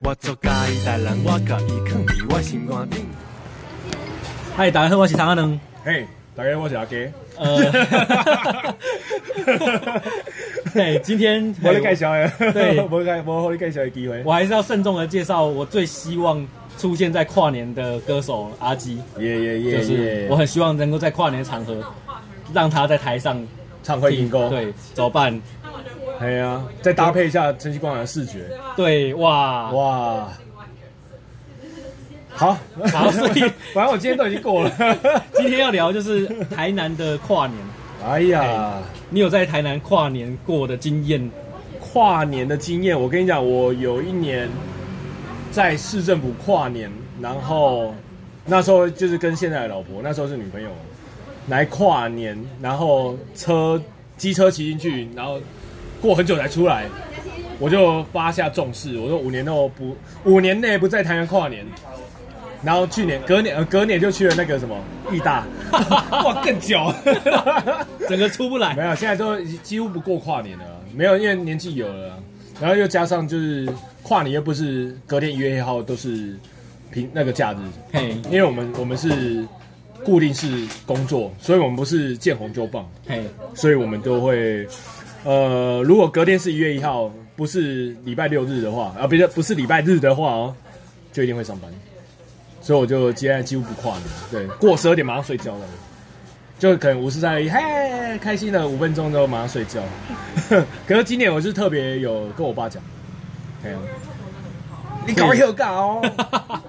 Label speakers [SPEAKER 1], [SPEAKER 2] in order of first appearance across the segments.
[SPEAKER 1] 我作介大人，我甲伊囥伫我心肝顶。
[SPEAKER 2] 嗨，大家好，我是唐阿能。
[SPEAKER 3] 嘿，大家我是阿杰，
[SPEAKER 2] 呃，对，今天
[SPEAKER 3] 我来介，绍诶，
[SPEAKER 2] 对
[SPEAKER 3] 我介我给你介绍的机会。
[SPEAKER 2] 我还是要慎重的介绍我最希望出现在跨年的歌手阿基，
[SPEAKER 3] 耶耶
[SPEAKER 2] 就
[SPEAKER 3] 耶
[SPEAKER 2] 是
[SPEAKER 3] 耶！
[SPEAKER 2] 我很希望能够在跨年场合让他在台上
[SPEAKER 3] 唱会听歌，，
[SPEAKER 2] 对，走伴，
[SPEAKER 3] 嘿啊，再搭配一下晨曦光阳的视觉，
[SPEAKER 2] 对，哇，
[SPEAKER 3] 哇！好，
[SPEAKER 2] 好所以
[SPEAKER 3] 反正我今天都已经 过了。
[SPEAKER 2] 今天要聊就是台南的跨年，
[SPEAKER 3] 哎呀，
[SPEAKER 2] 你有在台南跨年过的经验？
[SPEAKER 3] 跨年的经验，我跟你讲，我有一年在市政府跨年，然后那时候就是跟现在的老婆，那时候是女朋友，来跨年，然后车机车骑进去，然后过很久才出来，我就发下重誓，我说五年后不五年内不在台湾跨年。然后去年隔年呃隔年就去了那个什么义大，哇更久，
[SPEAKER 2] 整个出不来
[SPEAKER 3] 没，有，现在都已几乎不过跨年了啊， 没有，因为年纪有了啊，然后又加上就是跨年又不是隔天一月一号都是平那个假日，
[SPEAKER 2] 嘿，
[SPEAKER 3] 因为我们我们是固定是工作，所以我们不是见红就棒，
[SPEAKER 2] 嘿，
[SPEAKER 3] 所以我们都会呃，如果隔天是一月一号，不是礼拜六日的话，啊，不是不是礼拜日的话哦，就一定会上班，所以我就现在几乎不跨年，对，过十二点马上睡觉了。就可能五十三而已，嘿，开心了五分钟之后马上睡觉。 可是今年我是特别有跟我爸讲，哎呀，你搞又搞哦，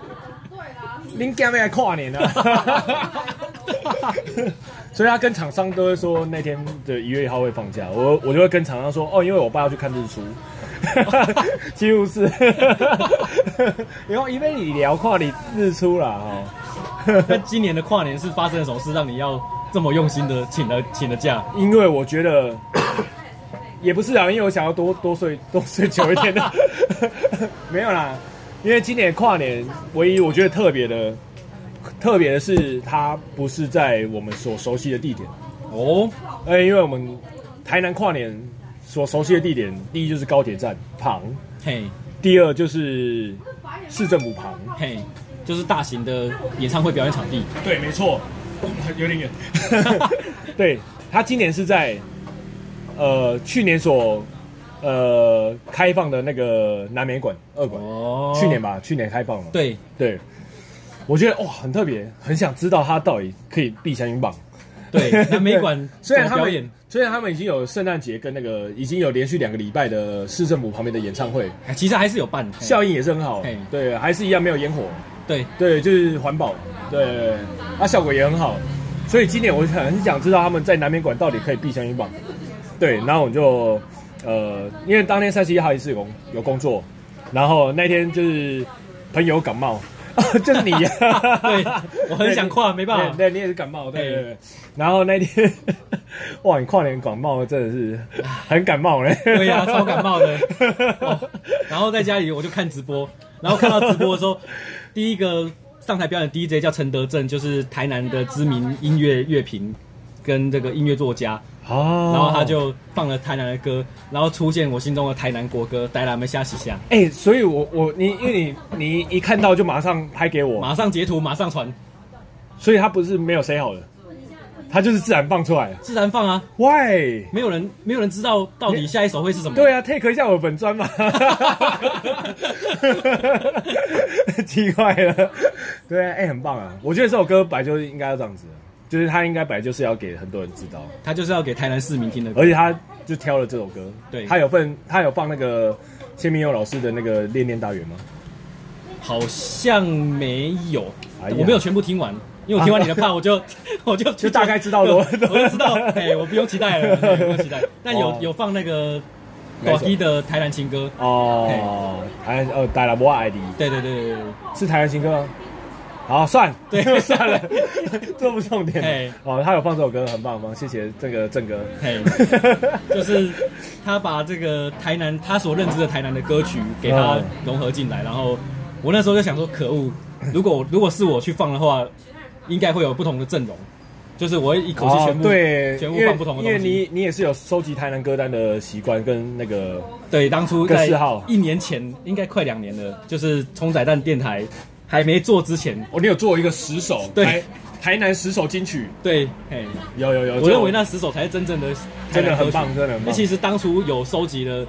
[SPEAKER 3] 您今日来跨年啊！ 所以他跟厂商都会说那天的一月一号会放假，我我就会跟厂商说哦，因为我爸要去看日出， 几乎是， 然后因为你聊跨年日出啦哦。
[SPEAKER 2] 那今年的跨年是发生了什么事，让你要这么用心的请了请了假？
[SPEAKER 3] 因为我觉得 也不是啊，因为我想要多多睡多睡久一点 的，没有啦。因为今年跨年唯一我觉得特别的，特别的是它不是在我们所熟悉的地点，
[SPEAKER 2] 哦，
[SPEAKER 3] 呃，因为我们台南跨年所熟悉的地点，第一就是高铁站旁，
[SPEAKER 2] 嘿，
[SPEAKER 3] 第二就是市政府旁。
[SPEAKER 2] 嘿，就是大型的演唱会表演场地。
[SPEAKER 3] 对，没 错，有点远。 对他今年是在呃去年所呃开放的那个南美馆二馆，
[SPEAKER 2] 哦
[SPEAKER 3] 去年吧，去年开放了。
[SPEAKER 2] 对，
[SPEAKER 3] 对，我觉得哇很特别，很想知道他到底可以立下英榜。
[SPEAKER 2] 对，南美馆
[SPEAKER 3] 虽然
[SPEAKER 2] 怎
[SPEAKER 3] 他
[SPEAKER 2] 么表
[SPEAKER 3] 们
[SPEAKER 2] 演，
[SPEAKER 3] 虽然他们已经有圣诞节跟那个已经有连续两个礼拜的市政府旁边的演唱会，
[SPEAKER 2] 哎其实还是有办嘿
[SPEAKER 3] 效应也是很好
[SPEAKER 2] 嘿。
[SPEAKER 3] 对，还是一样没有烟火。
[SPEAKER 2] 对，
[SPEAKER 3] 对，就是环保，对，啊，效果也很好，所以今年我很想知道他们在南面馆到底可以避香一棒，对，然后我就呃，因为当天三十一号也是有工有工作，然后那天就是朋友感冒，就是你，
[SPEAKER 2] 对我很想跨没办法
[SPEAKER 3] 对，对你也是感冒，对
[SPEAKER 2] 嘿
[SPEAKER 3] 对对，然后那天哇，你跨年感冒真的是很感冒嘞，
[SPEAKER 2] 对呀超感冒的哦然后在家里我就看直播，然后看到直播的时候，第一个上台表演的 DJ 叫陈德正，就是台南的知名音乐乐评跟这个音乐作家，
[SPEAKER 3] 哦，
[SPEAKER 2] 然后他就放了台南的歌，然后出现我心中的台南国歌《台南没下西下
[SPEAKER 3] 哎、所以我我你因为你你一看到就马上拍给》，我，
[SPEAKER 2] 马上截图，马上传，
[SPEAKER 3] 所以他不是没有 say 好的，他就是自然放出来。
[SPEAKER 2] 自然放啊，
[SPEAKER 3] Why？
[SPEAKER 2] 没有人没有人知道到底下一首会是什么。
[SPEAKER 3] 对啊，take 一下我的本专嘛，奇怪了。对啊，哎、很棒啊！我觉得这首歌本来就应该要这样子，就是他应该本来就是要给很多人知道，
[SPEAKER 2] 他就是要给台南市民听的歌。
[SPEAKER 3] 而且他就挑了这首歌。
[SPEAKER 2] 对
[SPEAKER 3] 他有份，他有放那个谢明佑老师的那个《恋恋大圆》吗？
[SPEAKER 2] 好像没有，
[SPEAKER 3] 哎呀
[SPEAKER 2] 我没有全部听完，因为我听完你 的怕，我就 我就
[SPEAKER 3] 就大概知道了
[SPEAKER 2] 我就知道，哎，我不用期待了，哎不用期待。但有
[SPEAKER 3] 哦
[SPEAKER 2] 有放那个
[SPEAKER 3] 哪一
[SPEAKER 2] 短
[SPEAKER 3] 首
[SPEAKER 2] 一的台南情歌，
[SPEAKER 3] 哦，还哦，带来我爱你。
[SPEAKER 2] 对对对对对，
[SPEAKER 3] 是台湾新歌吗？好，算了，
[SPEAKER 2] 对
[SPEAKER 3] 算 了，这不是重点
[SPEAKER 2] 嘿。
[SPEAKER 3] 哦，他有放这首歌，很棒，很棒，谢谢这个郑哥。
[SPEAKER 2] 嘿，就是他把这个台南他所认知的台南的歌曲给他
[SPEAKER 3] 嗯
[SPEAKER 2] 融合进来，然后我那时候就想说，可恶，如果如果是我去放的话，应该会有不同的阵容。就是我会一口气全部、
[SPEAKER 3] 哦对，
[SPEAKER 2] 全部
[SPEAKER 3] 因为
[SPEAKER 2] 放不同的
[SPEAKER 3] 因为
[SPEAKER 2] 东西。
[SPEAKER 3] 你你也是有收集台南歌单的习惯，跟那个
[SPEAKER 2] 对，当初
[SPEAKER 3] 各
[SPEAKER 2] 在
[SPEAKER 3] 四号
[SPEAKER 2] 一年前，应该快两年了，就是冲仔蛋电台还没做之前，
[SPEAKER 3] 哦，你有做一个十首
[SPEAKER 2] 对
[SPEAKER 3] 台台南十首金曲，
[SPEAKER 2] 对，嘿，
[SPEAKER 3] 有有有，
[SPEAKER 2] 我认为那十首才是真正的
[SPEAKER 3] 真的很
[SPEAKER 2] 台南
[SPEAKER 3] 棒
[SPEAKER 2] 歌曲
[SPEAKER 3] 真的很棒
[SPEAKER 2] 那其实当初有收集了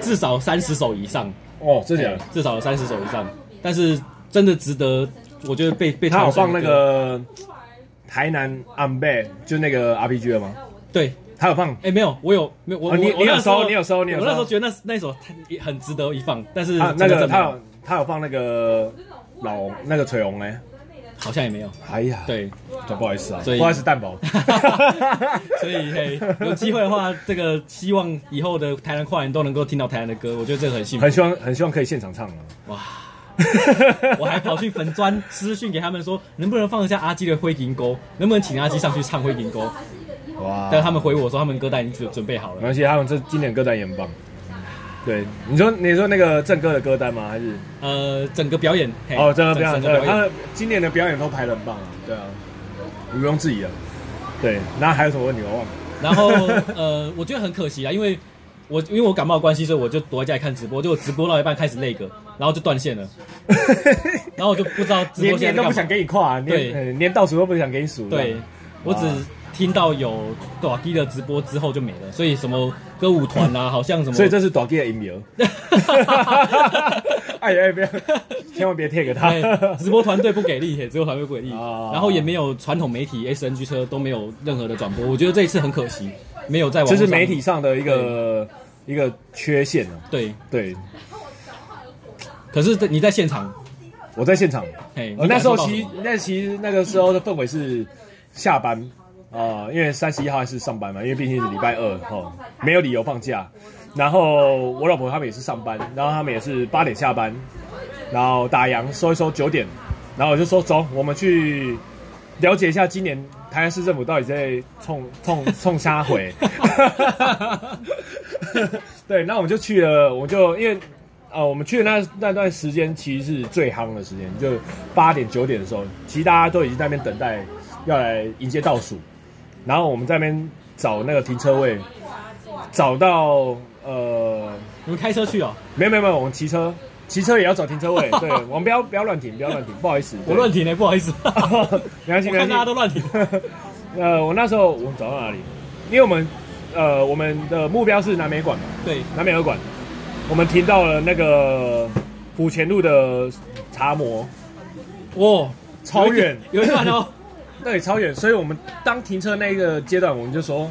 [SPEAKER 2] 至少三十首以上，
[SPEAKER 3] 哦，真的假的
[SPEAKER 2] 嘿至少有三十首以上，但是真的值得，我觉得被被
[SPEAKER 3] 他有
[SPEAKER 2] 传颂
[SPEAKER 3] 放那
[SPEAKER 2] 的歌
[SPEAKER 3] 个台南 I'm Bad，就那个 RPG 了吗？
[SPEAKER 2] 对。
[SPEAKER 3] 他有放
[SPEAKER 2] 哎、没有，我有，没有，我、
[SPEAKER 3] 哦你
[SPEAKER 2] 我
[SPEAKER 3] 你有
[SPEAKER 2] 我那时候
[SPEAKER 3] 收你有收你有收
[SPEAKER 2] 我那时候觉得那那首很值得一放，但是
[SPEAKER 3] 啊，那
[SPEAKER 2] 真的
[SPEAKER 3] 个
[SPEAKER 2] 真的
[SPEAKER 3] 他有他有放那个老那个锤红哎，
[SPEAKER 2] 好像也没有，
[SPEAKER 3] 哎呀，，
[SPEAKER 2] 对，
[SPEAKER 3] 不好意思啊，
[SPEAKER 2] 所以
[SPEAKER 3] 不好意思蛋堡，
[SPEAKER 2] 所以嘿，有机会的话，这个希望以后的台南跨年都能够听到台南的歌，我觉得这个很幸 福
[SPEAKER 3] 很希望很希望可以现场唱啊，
[SPEAKER 2] 哇！ 我还跑去粉砖私讯给他们说，能不能放一下阿基的《灰银沟》，能不能请阿基上去唱《灰银沟》？
[SPEAKER 3] 啊哇，
[SPEAKER 2] 但他们回我说，他们歌单已经准准备好
[SPEAKER 3] 没
[SPEAKER 2] 了。
[SPEAKER 3] 关系，他们这经典歌单也很棒。对，你说你说那个正歌的歌单吗？还是
[SPEAKER 2] 呃，整个表演嘿
[SPEAKER 3] 哦，这个表演，
[SPEAKER 2] 整
[SPEAKER 3] 这个
[SPEAKER 2] 个
[SPEAKER 3] 他
[SPEAKER 2] 表演，
[SPEAKER 3] 的今年的表演都排的很棒啊，对啊，毋庸置疑啊。对，那还有什么问题我忘了？
[SPEAKER 2] 然后呃，我觉得很可惜啊，因为我因为我感冒的关系，所以我就躲在家里看直播，就我直播到一半开始那个，然后就断线了，然后我就不知道直
[SPEAKER 3] 年
[SPEAKER 2] 播现在
[SPEAKER 3] 年
[SPEAKER 2] 在
[SPEAKER 3] 都
[SPEAKER 2] 干
[SPEAKER 3] 不
[SPEAKER 2] 嘛
[SPEAKER 3] 想给你跨、啊，
[SPEAKER 2] 对
[SPEAKER 3] 年呃年倒数都不想给你数。
[SPEAKER 2] 对，我只听到有短低的直播之后就没了，所以什么歌舞团啊，好像什么，
[SPEAKER 3] 所以 这是短 G 的疫苗。 哎呀哎，不要，千万别 take 他。
[SPEAKER 2] 哎直播团队不给力，嘿直播团队不给力
[SPEAKER 3] 哦，
[SPEAKER 2] 然后也没有传统媒体 SNG 车都没有任何的转播，我觉得这一次很可惜，没有在网
[SPEAKER 3] 这
[SPEAKER 2] 络
[SPEAKER 3] 是
[SPEAKER 2] 上
[SPEAKER 3] 媒体上的一个一个缺陷啊。
[SPEAKER 2] 对，
[SPEAKER 3] 对，
[SPEAKER 2] 可是这你在现场，
[SPEAKER 3] 我在现场，呃
[SPEAKER 2] 哎，
[SPEAKER 3] 哦我那时候其
[SPEAKER 2] 期
[SPEAKER 3] 实那其实那个时候的氛围是下班啊、因为三十一号还是上班嘛，因为毕竟是礼拜二哦，没有理由放假。然后我老婆他们也是上班，然后他们也是八点下班，然后打烊收一收九点，然后我就说走，我们去了解一下今年台南市政府到底在冲 冲冲杀回。 对，那我们就去了，我就因为呃，我们去的那那段时间其实是最夯的时间，就八点九点的时候，其实大家都已经在那边等待，要来迎接倒数。然后我们在那边找那个停车位，找到呃，
[SPEAKER 2] 你们开车去哦，
[SPEAKER 3] 没有没有没有，我们骑车，骑车也要找停车 位。对，我们不要不要乱停，不要乱停，不好意思，
[SPEAKER 2] 我
[SPEAKER 3] 对
[SPEAKER 2] 乱，停嘞，不好意思，
[SPEAKER 3] 没关系
[SPEAKER 2] 我
[SPEAKER 3] 没
[SPEAKER 2] 看大家
[SPEAKER 3] 关
[SPEAKER 2] 都
[SPEAKER 3] 系。
[SPEAKER 2] 乱停，
[SPEAKER 3] 呃，我那时候我们找到哪里？因为我们呃我们的目标是南美馆嘛，
[SPEAKER 2] 对，
[SPEAKER 3] 南美鹅馆，我们停到了那个府前路的茶魔，
[SPEAKER 2] 哇，
[SPEAKER 3] 超远，
[SPEAKER 2] 有一段 哦，
[SPEAKER 3] 那里超远，所以我们当停车那一个阶段，我们就说，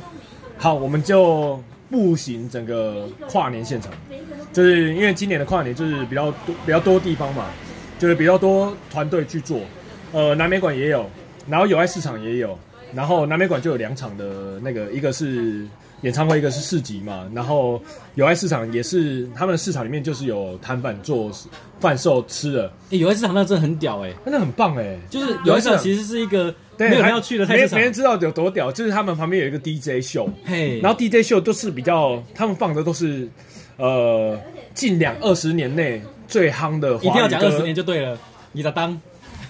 [SPEAKER 3] 好，我们就步行整个跨年现场，就是因为今年的跨年就是比较多比较多地方嘛，就是比较多团队去做，呃，南美馆也有，然后友爱市场也有，然后南美馆就有两场的那个，一个是演唱会，一个是市集嘛，然后友爱市场也是他们的市场里面就是有摊贩做贩售吃的，
[SPEAKER 2] 哎有一市场那真的很屌哎，
[SPEAKER 3] 那很棒哎、
[SPEAKER 2] 就是有一
[SPEAKER 3] 市场
[SPEAKER 2] 场其实是一个
[SPEAKER 3] 对，
[SPEAKER 2] 没有
[SPEAKER 3] 还
[SPEAKER 2] 人要去的菜
[SPEAKER 3] 没
[SPEAKER 2] 市场
[SPEAKER 3] 没，人知道有多屌。就是他们旁边有一个 DJ 秀，
[SPEAKER 2] 嘿，
[SPEAKER 3] 然后 DJ 秀都是比较，他们放的都是呃近两二十年内最夯的华语
[SPEAKER 2] 一定要讲
[SPEAKER 3] 歌
[SPEAKER 2] 二十年。就对了，你咋当？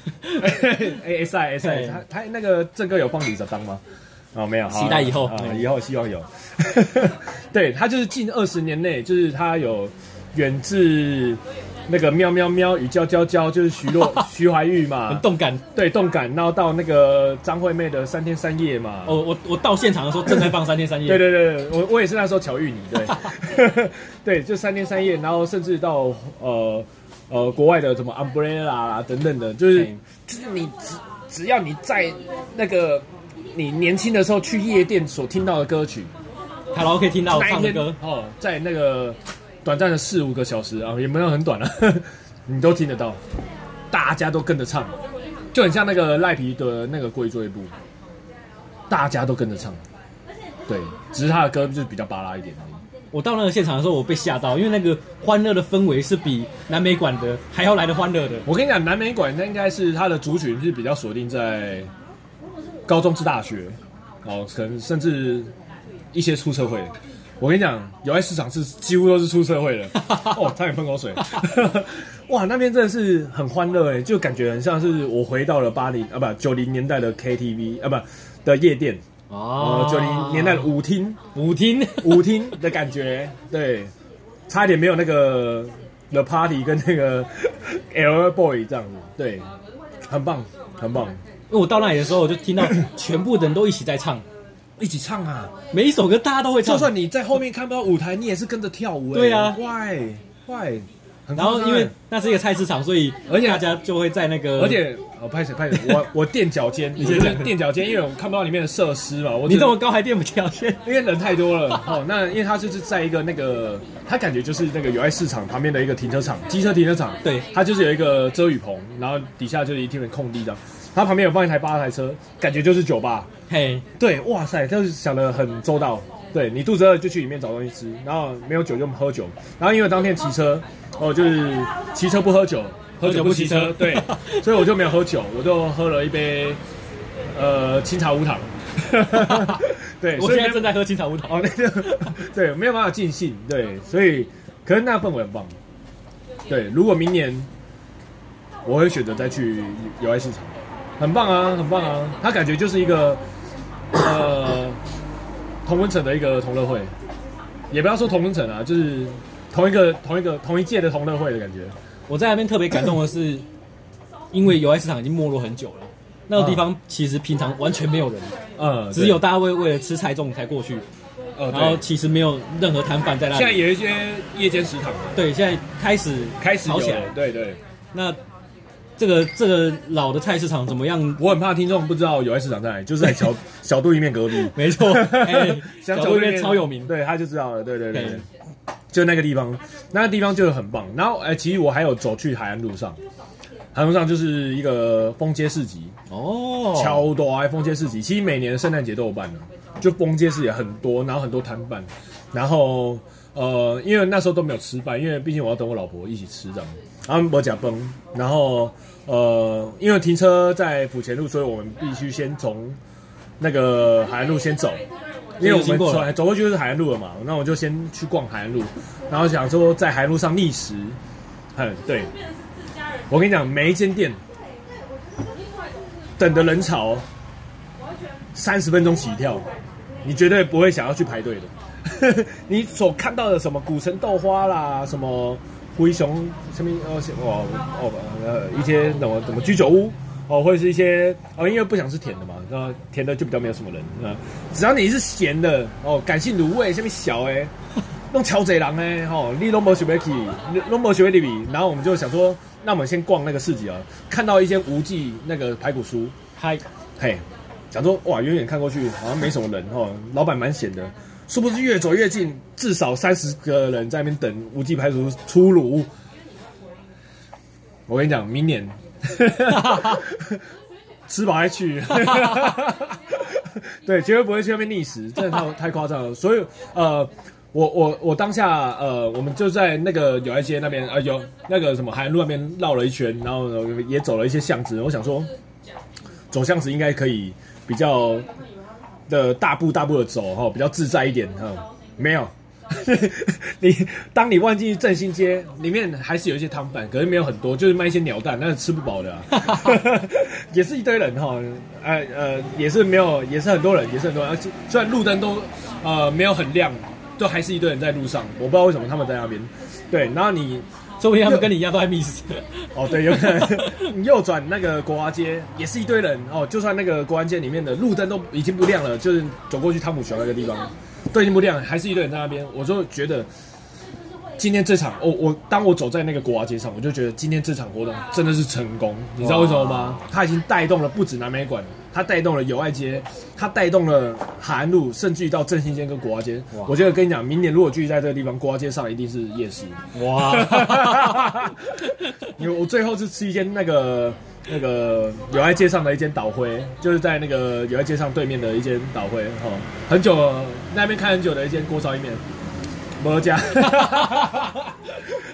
[SPEAKER 3] 哎，S I S I，
[SPEAKER 2] 嘿
[SPEAKER 3] 他他那个郑哥有放李泽当吗？哦，没有，好
[SPEAKER 2] 期待以后
[SPEAKER 3] 啊
[SPEAKER 2] 对
[SPEAKER 3] 以后希望有。 对他就是近二十年内，就是他有远自那个喵喵喵与娇娇娇，就是徐 若徐怀钰
[SPEAKER 2] 很
[SPEAKER 3] 嘛，
[SPEAKER 2] 动感。
[SPEAKER 3] 对动感，然后到那个张惠妹的三天三夜嘛，
[SPEAKER 2] 哦，我我到现场的时候正在放三天三夜。
[SPEAKER 3] 对对对，我我也是那时候巧遇你，对， 对，就三天三夜，然后甚至到呃呃国外的什么 umbrella 啦等等的，就是
[SPEAKER 2] 嗯
[SPEAKER 3] 就是你只只要你在那个你年轻的时候去夜店所听到的歌曲，
[SPEAKER 2] 卡拉 OK 听到我
[SPEAKER 3] 那一
[SPEAKER 2] 唱的
[SPEAKER 3] 天
[SPEAKER 2] 歌，
[SPEAKER 3] 哦，在那个短暂的四五个小时啊， 也没有很短了、你都听得到，大家都跟着唱，就很像那个赖皮的那个龟追步，大家都跟着唱。对，只是他的歌就是比较巴拉一点而已。
[SPEAKER 2] 我到那个现场的时候，我被吓到，因为那个欢乐的氛围是比南美馆的还要来的欢乐的。
[SPEAKER 3] 我跟你讲，南美馆那应该是他的族群是比较锁定在高中至大学，哦，可能甚至一些出社会。我跟你讲，有爱市场是几乎都是出社会的。哦，差点喷口水。 哇，那边真的是很欢乐哎，就感觉很像是我回到了八零啊不九零年代的 KTV 啊不的夜店，
[SPEAKER 2] 哦
[SPEAKER 3] 呃九零年代的舞厅
[SPEAKER 2] 舞厅，
[SPEAKER 3] 舞厅的感觉，对，差一点没有那个 The Party 跟那个 L Boy 这样子，对，很棒很棒，
[SPEAKER 2] 因为我到那里的时候，我就听到 全部人都一起在唱，
[SPEAKER 3] 一起唱啊！
[SPEAKER 2] 每一首歌大家都会唱
[SPEAKER 3] 就。算你在后面看不到舞台，你也是跟着跳舞、欸。
[SPEAKER 2] 对啊
[SPEAKER 3] ，Why Why？很
[SPEAKER 2] 然后
[SPEAKER 3] 夸张
[SPEAKER 2] 因为
[SPEAKER 3] 欸
[SPEAKER 2] 那是一个菜市场，所以
[SPEAKER 3] 而且
[SPEAKER 2] 大家就会在那个，
[SPEAKER 3] 而且哦，拍谁拍谁，我我垫脚尖， 你
[SPEAKER 2] 先讲
[SPEAKER 3] 垫脚尖，因为我看不到里面的设施嘛，我只
[SPEAKER 2] 你这么高还垫不掉 线，
[SPEAKER 3] 因为人太多了， 哦，那因为它就是在一个那个，它感觉就是那个友爱市场旁边的一个停车场，机车停车场，
[SPEAKER 2] 对
[SPEAKER 3] 它就是有一个遮雨棚，然后底下就是一片的空地这样，它旁边有放一台八台车，感觉就是酒吧，
[SPEAKER 2] 嘿，
[SPEAKER 3] 对，哇塞，就是想的很周到，对你肚子饿就去里面找东西吃，然后没有酒就喝酒，然后因为当天骑车，哦，就是骑车不喝酒，喝酒不骑车，对，所以我就没有喝酒，我就喝了一杯，呃，清茶无糖。 对，
[SPEAKER 2] 我
[SPEAKER 3] 所以
[SPEAKER 2] 现在
[SPEAKER 3] 没
[SPEAKER 2] 正在喝清茶舞蹈。
[SPEAKER 3] 哦，那个对，没有办法尽兴，对，所以可是那氛围很棒。对，如果明年我会选择再去友爱市场，很棒啊，很棒啊，它感觉就是一个呃同温层的一个同乐会，也不要说同温层啊，就是同一个同一个同一届的同乐会的感觉。
[SPEAKER 2] 我在那边特别感动的是，因为友爱市场已经没落很久了，那个地方其实平常完全没有人，
[SPEAKER 3] 呃，
[SPEAKER 2] 只有大家为为了吃菜粽才过去，
[SPEAKER 3] 呃，
[SPEAKER 2] 然后
[SPEAKER 3] 对，
[SPEAKER 2] 其实没有任何摊贩在那
[SPEAKER 3] 现在
[SPEAKER 2] 里。
[SPEAKER 3] 有一些夜间食堂
[SPEAKER 2] 对，现在开始
[SPEAKER 3] 开始有
[SPEAKER 2] 吵起来
[SPEAKER 3] 了，，对对。
[SPEAKER 2] 那这个这个老的菜市场怎么样？
[SPEAKER 3] 我很怕听众不知道友爱市场在哪里，就是在 小小杜一面隔壁。
[SPEAKER 2] 没错，哎
[SPEAKER 3] 想
[SPEAKER 2] 小
[SPEAKER 3] 找对
[SPEAKER 2] 路边
[SPEAKER 3] 面
[SPEAKER 2] 超有名。
[SPEAKER 3] 对，他就知道了，对对对对
[SPEAKER 2] 嗯，
[SPEAKER 3] 就那个地方，那个地方就很棒。然后，哎、其实我还有走去海岸路上，海岸路上就是一个风街市集，
[SPEAKER 2] 哦，
[SPEAKER 3] 超多哎，风街市集，其实每年的圣诞节都有办的，就风街市集很多，然后很多摊贩，然后呃，因为那时候都没有吃饭，因为毕竟我要等我老婆一起吃这样，然后我假崩，然后呃，因为停车在府前路，所以我们必须先从那个海岸路先走。因为我
[SPEAKER 2] 经
[SPEAKER 3] 们
[SPEAKER 2] 过
[SPEAKER 3] 走
[SPEAKER 2] 了
[SPEAKER 3] 走过去就是海岸路了嘛，那我就先去逛海岸路，然后想说在海岸路上觅食，嗯，对，我跟你讲，每一间店等的人潮三十分钟起跳，你绝对不会想要去排队的。 你所看到的什么古城豆花啦，什么灰熊，什么呃什哦哦呃一些什么什么居酒屋哦，或者是一些哦，因为不想吃甜的嘛，那甜的就比较没有什么人啊。呃只要你是咸的哦，感性卤味下面小哎，弄超贼狼哎吼，你拢无想要去，你拢无想要入去，然后我们就想说，那我们先逛那个市集啊，看到一些无记那个排骨酥，
[SPEAKER 2] 嗨，
[SPEAKER 3] 嘿，想说哇，远远看过去好像没什么人哦，老板蛮闲的，殊不知越走越近，至少三十个人在那边等无忌排除出炉。我跟你讲，明年 吃饱再去， 对，绝对不会去那边觅食，真的太太夸张了。所以呃。我我我当下呃，我们就在那个友爱街那边呃，有那个什么海岸路那边绕了一圈，然后呃也走了一些巷子。我想说，走巷子应该可以比较的大步大步的走哈，比较自在一点哈。没有， 你当你忘记振兴街里面还是有一些摊贩，可是没有很多，就是卖一些鸟蛋，但是吃不饱的、啊， 也是一堆人哈。呃呃，也是没有，也是很多人，也是很多人，而且虽然路灯都呃没有很亮，都还是一堆人在路上。我不知道为什么他们在那边。对，然后你
[SPEAKER 2] 说不定他们跟你一样都在 miss。
[SPEAKER 3] 哦，对，有可能 你右转那个国华街也是一堆人哦，就算那个国安街里面的路灯都已经不亮了，就是走过去汤姆熊那个地方，都已经不亮了，还是一堆人在那边，我就觉得。今天这场，我、我当我走在那个国华街上，我就觉得今天这场活动真的是成功，你知道为什么吗？它已经带动了不止南美馆，它带动了友爱街，它带动了海岸路，甚至于到振兴街跟国华街
[SPEAKER 2] 哇。
[SPEAKER 3] 我觉得跟你讲，明年如果继续在这个地方，国华街上一定是夜市。
[SPEAKER 2] 哇，
[SPEAKER 3] 因为我最后是吃一间那个那个友爱街上的一间岛灰，就是在那个友爱街上对面的一间岛灰，哦，很久了那边开很久的一间锅烧意面，没加。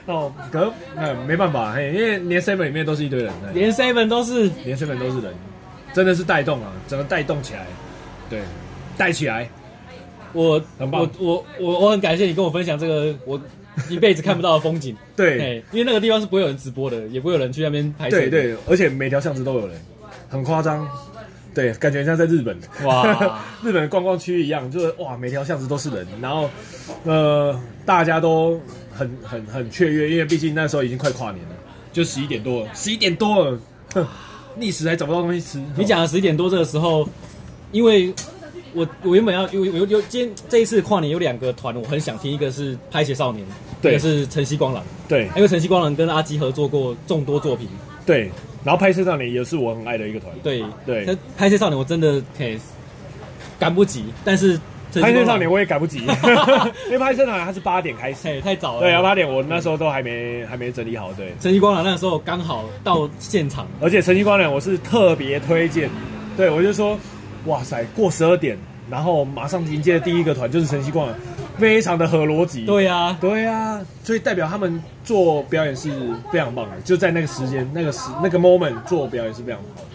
[SPEAKER 3] 哦，可是呃没办法，嘿，因为连 seven 里面都是一堆人，嘿
[SPEAKER 2] 连 seven 都是
[SPEAKER 3] 连 seven 都是人，真的是带动啊，整个带动起来，对，带起来，
[SPEAKER 2] 我，
[SPEAKER 3] 很棒
[SPEAKER 2] 我我我我很感谢你跟我分享这个我一辈子看不到的风景。
[SPEAKER 3] 对
[SPEAKER 2] 哎，因为那个地方是不会有人直播的，也不会有人去那边拍摄。
[SPEAKER 3] 对，对，而且每条巷子都有人，很夸张。对，感觉像在日本，
[SPEAKER 2] 哇
[SPEAKER 3] 日本的观光区一样，就是哇，每条巷子都是人，然后呃，大家都很很很雀跃，因为毕竟那时候已经快跨年了，就十一点多了，十一点多了，哼历史还找不到东西吃。
[SPEAKER 2] 你讲的十一点多这个时候，因为我我原本要有有有今天这一次跨年有两个团，我很想听，一个是拍写少年，
[SPEAKER 3] 对
[SPEAKER 2] 一个是晨曦光廊，
[SPEAKER 3] 对
[SPEAKER 2] 因为晨曦光廊跟阿基合作过众多作品，
[SPEAKER 3] 对，然后拍摄少年也是我很爱的一个团，
[SPEAKER 2] 对
[SPEAKER 3] 对
[SPEAKER 2] 那拍写少年我真的嘿赶不及，但是晨曦光
[SPEAKER 3] 拍
[SPEAKER 2] 啊廊
[SPEAKER 3] 摄少年我也赶不及， 因为拍摄少年它是八点开始，
[SPEAKER 2] 嘿太早了，
[SPEAKER 3] 对啊，八点我那时候都还没还没整理好，对。
[SPEAKER 2] 晨曦光廊啊那时候刚好到现场，
[SPEAKER 3] 而且晨曦光年我是特别推荐，对我就说，哇塞，过十二点，然后马上迎接的第一个团就是晨曦光年，非常的合逻辑。
[SPEAKER 2] 对啊，
[SPEAKER 3] 对啊，所以代表他们做表演是非常棒的，就在那个时间、那个时、那个 moment 做表演是非常好的。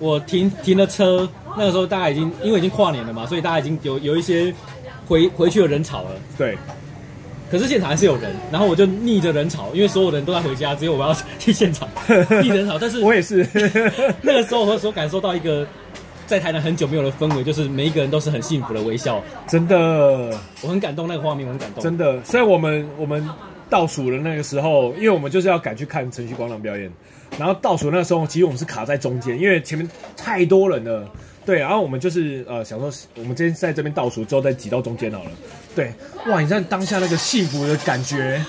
[SPEAKER 2] 我停停了车，那个时候大家已经因为已经跨年了嘛，所以大家已经有有一些回回去的人潮了。
[SPEAKER 3] 对，
[SPEAKER 2] 可是现场还是有人，然后我就逆着人潮，因为所有人都在回家，只有我要 去现场，逆着人潮。但是
[SPEAKER 3] 我也是。
[SPEAKER 2] 那个时候我所感受到一个在台南很久没有的氛围，就是每一个人都是很幸福的微笑，
[SPEAKER 3] 真的，
[SPEAKER 2] 我很感动那个画面，我很感动。
[SPEAKER 3] 真的，虽然我们我们倒数的那个时候，因为我们就是要赶去看晨曦广场表演，然后倒数那时候，其实我们是卡在中间，因为前面太多人了。对，然后我们就是呃想说，我们今天在这边倒数之后再挤到中间好了。对，哇，你看当下那个幸福的感觉，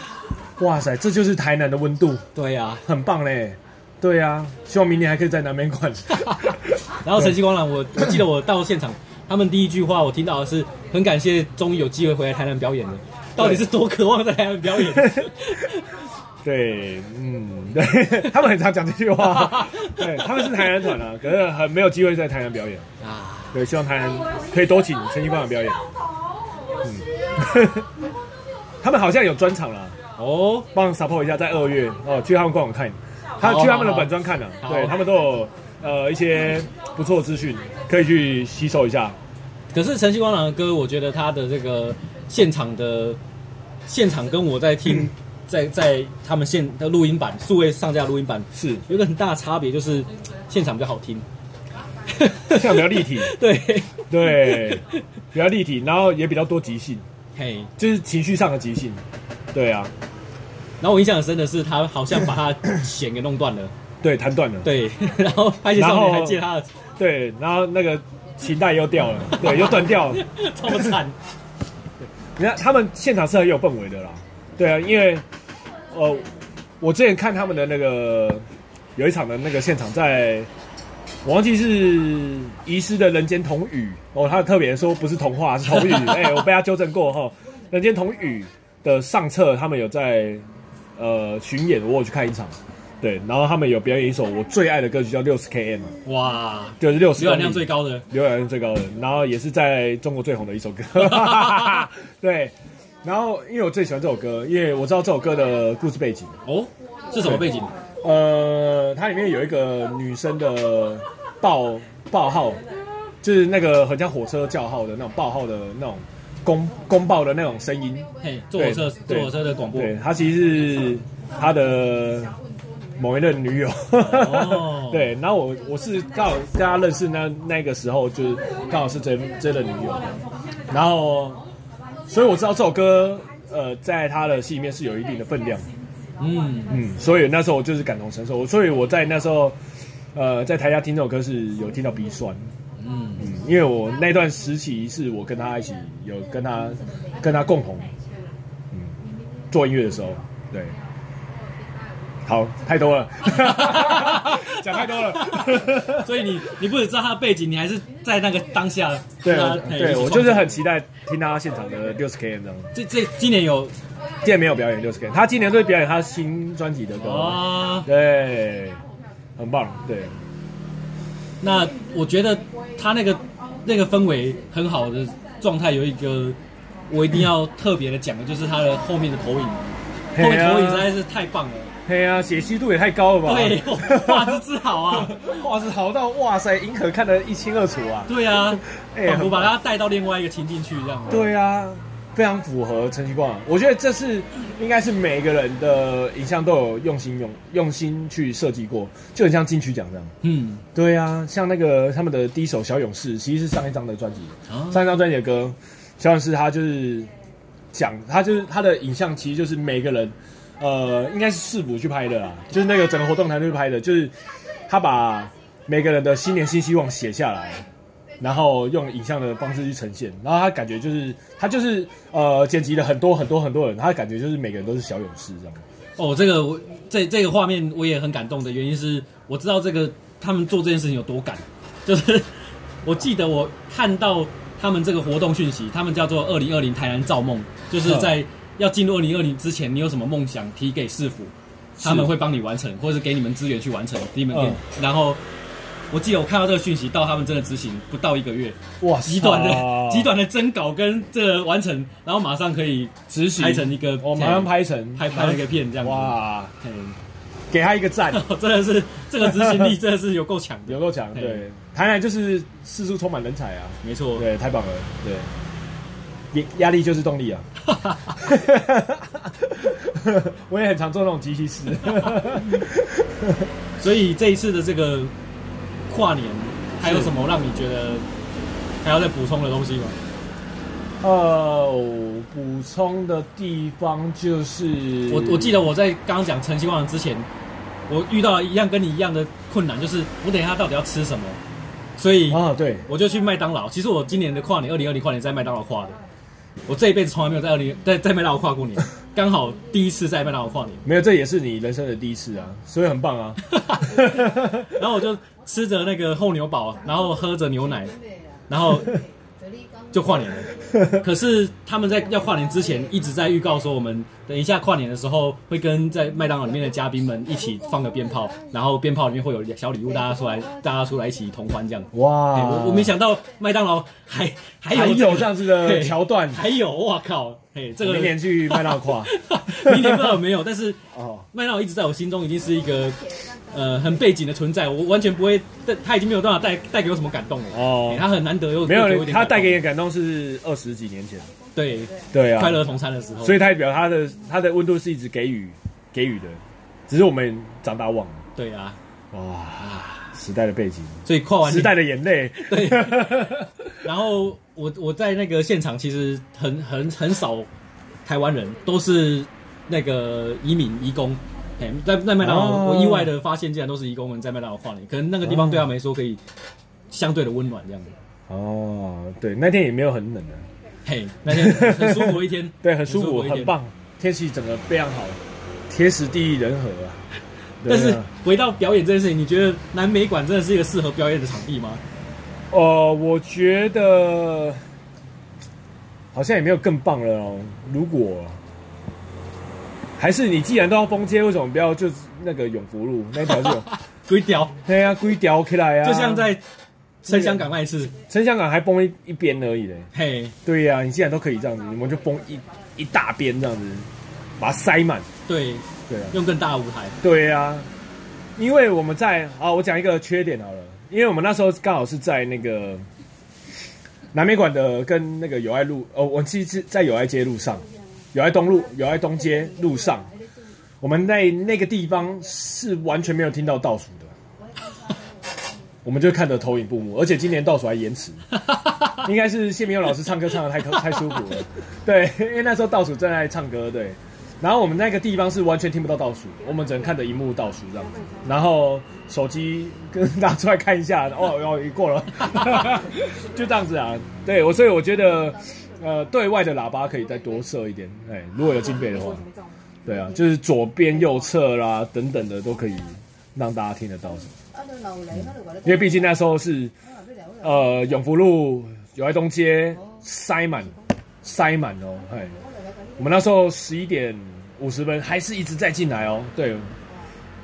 [SPEAKER 3] 哇塞，这就是台南的温度，
[SPEAKER 2] 对呀、啊。
[SPEAKER 3] 很棒嘞。对啊，希望明年还可以在南边 馆。
[SPEAKER 2] 然后晨曦光廊，我我记得我到现场，他们第一句话我听到的是很感谢，终于有机会回来台南表演了。到底是多渴望在台南表演？
[SPEAKER 3] 对，嗯，对，他们很常讲这句 话。对，他们是台南团啊，可是很没有机会在台南表演。
[SPEAKER 2] 啊，
[SPEAKER 3] 对，希望台南可以多请陈金光的表演。 嗯，他们好像有专场啦，
[SPEAKER 2] 哦，
[SPEAKER 3] 帮 support 一下，在二月哦，去他们官网看，他
[SPEAKER 2] 好
[SPEAKER 3] 去他们的
[SPEAKER 2] 好
[SPEAKER 3] 本专看了、啊
[SPEAKER 2] 好
[SPEAKER 3] 对他们都有呃一些不错的资讯，可以去吸收一下。
[SPEAKER 2] 可是晨曦光廊的歌，我觉得他的这个现场的现场跟我在听，在在他们现的录音版数位上架录音版
[SPEAKER 3] 是，
[SPEAKER 2] 有一个很大的差别，就是现场比较好听，
[SPEAKER 3] 像比较立体，
[SPEAKER 2] 对，
[SPEAKER 3] 对，比较立体，然后也比较多即兴，
[SPEAKER 2] 嘿。
[SPEAKER 3] 就是情绪上的即兴。对啊，
[SPEAKER 2] 然后我印象很深的是，他好像把他的弦给弄断了，
[SPEAKER 3] 对，弹断了，
[SPEAKER 2] 对。然后拍戏少年还借他的，
[SPEAKER 3] 对，然后那个琴带又掉了，对，又断掉了。
[SPEAKER 2] 超惨。
[SPEAKER 3] 你看他们现场是很有氛围的啦，对啊，因为呃，我之前看他们的那个有一场的那个现场在，我忘记是遗失的人间童语哦，他特别说不是童话是童语，哎、我被他纠正过哈，人间童语的上册他们有在呃巡演，我有去看一场，对，然后他们有表演一首我最爱的歌曲叫六十 km，
[SPEAKER 2] 哇，
[SPEAKER 3] 就是六十
[SPEAKER 2] 浏览量最高的，
[SPEAKER 3] 浏览量最高的，然后也是在中国最红的一首歌。 对，然后因为我最喜欢这首歌，因为我知道这首歌的故事背景。
[SPEAKER 2] 哦，是什么背景？
[SPEAKER 3] 呃，它里面有一个女生的报报号，就是那个很像火车叫号的那种报号的那种公公报的那种声音。
[SPEAKER 2] 嘿，坐火车，坐
[SPEAKER 3] 对
[SPEAKER 2] 火车的广播。
[SPEAKER 3] 对，她其实是她的某一任女友。
[SPEAKER 2] 哦
[SPEAKER 3] 对，然后我我是刚好跟她认识那那个时候，就是刚好是这这任女友，然后所以我知道这首歌呃在她的戏里面是有一定的分量，
[SPEAKER 2] 嗯，
[SPEAKER 3] 嗯，所以那时候我就是感同身受，所以我在那时候呃在台下听这首歌是有听到鼻酸。
[SPEAKER 2] 嗯，
[SPEAKER 3] 嗯，因为我那段时期是我跟她一起有跟她跟她共同，嗯，做音乐的时候，对，好，太多了， 讲太多了，
[SPEAKER 2] 所以你你不只知道他的背景，你还是在那个当下
[SPEAKER 3] 对，
[SPEAKER 2] 跟他
[SPEAKER 3] 我
[SPEAKER 2] 嘿一
[SPEAKER 3] 对
[SPEAKER 2] 起
[SPEAKER 3] 我
[SPEAKER 2] 创
[SPEAKER 3] 就是
[SPEAKER 2] 作
[SPEAKER 3] 很期待听她现场的六十 K 这样，
[SPEAKER 2] 这这今年有
[SPEAKER 3] 今年没有表演六十 K，她今年会表演她新专辑的歌，
[SPEAKER 2] 啊，
[SPEAKER 3] 对，很棒，对，
[SPEAKER 2] 那我觉得他那个那个氛围很好的状态，有一个我一定要特别的讲的，就是他的后面的投影，
[SPEAKER 3] 啊
[SPEAKER 2] 后面投影实在是太棒了，
[SPEAKER 3] 嘿呀、啊，解析度也太高了吧？
[SPEAKER 2] 对，画质之好啊，
[SPEAKER 3] 画质好到 哇塞，银河看得一清二楚啊！
[SPEAKER 2] 对啊，
[SPEAKER 3] 哎
[SPEAKER 2] 仿佛
[SPEAKER 3] 很
[SPEAKER 2] 把
[SPEAKER 3] 棒
[SPEAKER 2] 他带到另外一个情境去这样。
[SPEAKER 3] 对啊，非常符合陈其冠。我觉得这是应该是每个人的影像都有用心用用心去设计过，就很像金曲奖这样。
[SPEAKER 2] 嗯，
[SPEAKER 3] 对啊，像那个他们的第一首《小勇士》，其实是上一张的专辑，
[SPEAKER 2] 啊
[SPEAKER 3] 上一张专辑的歌，《小勇士》他就是讲他就是他的影像，其实就是每个人，呃，应该是市府去拍的啦，就是那个整个活动团队拍的，就是他把每个人的新年新希望写下来，然后用影像的方式去呈现，然后他感觉就是他就是呃剪辑了很多很多很多人，他感觉就是每个人都是小勇士这样。
[SPEAKER 2] 哦，这个我这这个画面我也很感动的原因是，我知道这个他们做这件事情有多赶， 就是我记得我看到他们这个活动讯息，他们叫做“二零二零台南造梦”，就是在要进入二零二零之前，你有什么梦想提给市府，他们会帮你完成，或者是给你们资源去完成，你
[SPEAKER 3] 嗯
[SPEAKER 2] 们给、然后。我记得我看到这个讯息，到他们真的执行不到一个月，
[SPEAKER 3] 哇，
[SPEAKER 2] 极短
[SPEAKER 3] 操
[SPEAKER 2] 的极短的征稿跟这个完成，然后马上可以
[SPEAKER 3] 执行
[SPEAKER 2] 拍成一个，
[SPEAKER 3] 我马上拍成
[SPEAKER 2] 拍拍了一个片这样子。
[SPEAKER 3] 哇，
[SPEAKER 2] 嗯
[SPEAKER 3] 给他一个赞。
[SPEAKER 2] 真的是这个执行力真的是有够强的，
[SPEAKER 3] 有够强，
[SPEAKER 2] 嘿哦
[SPEAKER 3] 对，台南就是四处充满人才啊，
[SPEAKER 2] 没错。
[SPEAKER 3] 对，太棒了，对，压压力就是动力 啊，我也很常做那种机 器事，
[SPEAKER 2] 所以这一次的这个跨年，还有什么让你觉得还要再补充的东西吗？
[SPEAKER 3] 呃，我补充的地方就是，
[SPEAKER 2] 我
[SPEAKER 3] 嗯
[SPEAKER 2] 我记得我在刚刚讲晨曦望洋之前，我遇到一样跟你一样的困难，就是我等一下到底要吃什么，所以
[SPEAKER 3] 啊，对，
[SPEAKER 2] 我就去麦当劳。其实我今年的跨年，二零二零跨年在麦当劳跨的，我这一辈子从来没有在二零在在麦当劳跨过 年，刚好第一次在麦当劳跨 年。
[SPEAKER 3] 没有，这也是你人生的第一次啊，所以很棒 啊，
[SPEAKER 2] 然后我就吃着那个厚牛堡，然后喝着牛奶，然后就跨年了。 可是他们在要跨年之前一直在预告说，我们等一下跨年的时候会跟在麦当劳里面的嘉宾们一起放个鞭炮，然后鞭炮里面会有小礼物，大家出来，大家出来一起同欢这样。哎
[SPEAKER 3] 哇，
[SPEAKER 2] 我我没想到麦当劳还还
[SPEAKER 3] 还
[SPEAKER 2] 有
[SPEAKER 3] 有这样子的
[SPEAKER 2] 嘿
[SPEAKER 3] 桥段，
[SPEAKER 2] 还有，我靠，哎，这个
[SPEAKER 3] 明年去麦当跨
[SPEAKER 2] 明年不知道有没有，但是
[SPEAKER 3] 哦，
[SPEAKER 2] 麦当劳一直在我心中已经是一个呃很背景的存在，我完全不会，但他已经没有办法带带给我什么感动了。
[SPEAKER 3] 哦
[SPEAKER 2] 欸他很难得 又
[SPEAKER 3] 没
[SPEAKER 2] 又给我
[SPEAKER 3] 有，
[SPEAKER 2] 一点
[SPEAKER 3] 他
[SPEAKER 2] 感动
[SPEAKER 3] 带给你的感动是二十几年前，
[SPEAKER 2] 对
[SPEAKER 3] 对啊，
[SPEAKER 2] 快乐同餐的时候，
[SPEAKER 3] 所
[SPEAKER 2] 以
[SPEAKER 3] 以代表它的它的温度是一直给予给予的，只是我们长大忘了。
[SPEAKER 2] 对啊，
[SPEAKER 3] 哇，时代的背景，
[SPEAKER 2] 所以跨完
[SPEAKER 3] 时
[SPEAKER 2] 年
[SPEAKER 3] 代的眼泪。
[SPEAKER 2] 对，然后我我在那个现场其实很很很少台湾人，都是那个移民移工。哎，在在麦当劳，
[SPEAKER 3] 哦
[SPEAKER 2] 我意外的发现，竟然都是移工们在麦当劳跨年，可能那个地方对他们来说可以相对的温暖这样子。
[SPEAKER 3] 哦，对，那天也没有很冷啊，，
[SPEAKER 2] 嘿，那天很舒服一天
[SPEAKER 3] 对，很舒服，
[SPEAKER 2] 一天
[SPEAKER 3] 很。棒，天气整个非常好，天时地利人和啊。
[SPEAKER 2] 但
[SPEAKER 3] 对
[SPEAKER 2] 是
[SPEAKER 3] 啊
[SPEAKER 2] 回到表演这件事情，你觉得南美馆真的是一个适合表演的场地吗？
[SPEAKER 3] 呃，我觉得好像也没有更棒了哦。如果还是你既然都要封街，为什么不要就那个永福路那条就 有？
[SPEAKER 2] 龟雕，
[SPEAKER 3] 对啊，规调起来啊，
[SPEAKER 2] 就像在深香港那一次，
[SPEAKER 3] 陈香港还崩一一边而已嘞。
[SPEAKER 2] 嘿，
[SPEAKER 3] 对呀、你既然都可以这样子，我们就崩一一大边这样子，把它塞满。
[SPEAKER 2] 对，
[SPEAKER 3] 对啊，
[SPEAKER 2] 用更大的舞台，
[SPEAKER 3] 对啊，因为我们在啊，我讲一个缺点好了，因为我们那时候刚好是在那个南美馆的跟那个友爱路，哦，我其实是在友爱街路上，友爱东路、友爱东街路上，我们在那个地方是完全没有听到倒数的。我们就看着投影布幕，而且今年倒数还延迟，应该是谢明佑老师唱歌唱的太太舒服了。对，因为那时候倒数正在唱歌，对。然后我们那个地方是完全听不到倒数，我们只能看着荧幕倒数这样子。然后手机跟拿出来看一下，哦，哦，已过了， 就这样子啊。对我，所以我觉得，呃，对外的喇叭可以再多设一点，哎，如果有经费的话，对啊，就是左边、右侧啦等等的都可以让大家听得到。因为毕竟那时候是呃永福路、友爱东街塞满，塞满哦，哎，我们那时候十一点五十分还是一直在进来哦，对，